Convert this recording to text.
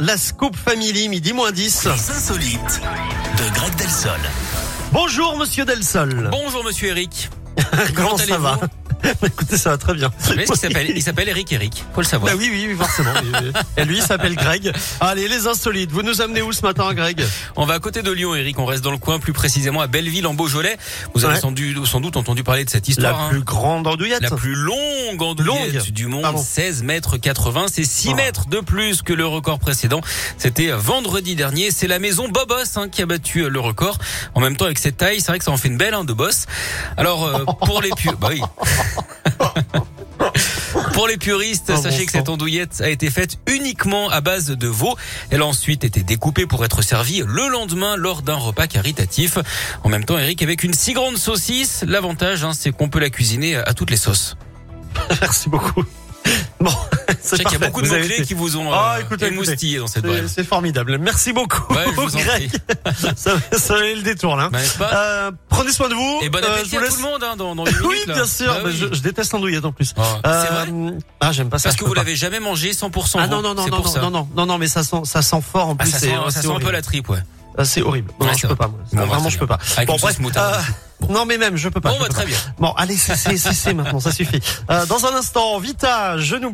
la Scoop Family, midi moins 10. Les insolites de Greg Delsol. Bonjour, monsieur Delsol. Bonjour monsieur Eric. Comment ça va allez-vous Écoutez, ça va très bien. Vous savez ce qu'il Oui. s'appelle Il s'appelle Eric Eric. Faut le Bah savoir. oui, oui, oui, forcément. Et lui, il s'appelle Greg. Allez, les insolites, vous nous amenez où ce matin, Greg On va à côté de Lyon, Eric. On reste dans le coin, plus précisément à Belleville en Beaujolais. Vous avez Ouais. sans, du- sans doute entendu parler de cette histoire. La hein. plus grande andouillette. La plus longue andouillette Longue. du monde, Pardon. 16 mètres 80, c'est 6 Ah. mètres de plus que le record précédent. C'était vendredi dernier. C'est la maison Bobos hein, qui a battu euh, le record. En même temps, avec cette taille, c'est vrai que ça en fait une belle hein, de boss. Alors euh, pour les pu- bah oui. Pour les puristes, Ah, bon sachez que sang. cette andouillette a été faite uniquement à base de veau. Elle a ensuite été découpée pour être servie le lendemain lors d'un repas caritatif. En même temps, Eric, avec une si grande saucisse, l'avantage, hein, c'est qu'on peut la cuisiner à toutes les sauces. Merci beaucoup. Bon, Je c'est sais qu'il y a parfait, beaucoup de vous avez mots-clés été- qui vous ont Ah, euh, écoutez, écoutez. émoustillé dans cette C'est- brève. C'est formidable. Merci beaucoup, Ouais, je vous en Greg. prie. Ça, ça valait le détour, là. Bah, n'est-ce pas Euh, prenez soin de vous. Et bon Euh, appétit je vous à laisse- tout le monde hein, dans, dans une minute. Oui, là. bien sûr. Bah mais oui. Je, je déteste l'andouillette en plus. Oh, C'est Euh, vrai ah, j'aime pas ça. Parce je que peux vous pas. l'avez jamais mangé 100% Ah veau, non non non c'est non pour ça. non non non non mais ça sent ça sent fort en Ah, plus. ça c'est- sent, c'est ça sent un horrible. peu la tripe, ouais. Ah, C'est horrible. Ouais, Non, c'est je peux vrai. pas. moi. Bon, bah, Vraiment, très je peux pas. Avec Bon, une sauce bref, moutarde. euh, Non, mais même, je peux pas. Bon, je bah, peux très pas. bien. Bon, allez, c'est c'est c'est- c'est maintenant, ça suffit. Euh, dans un instant, Vita, je n'oublie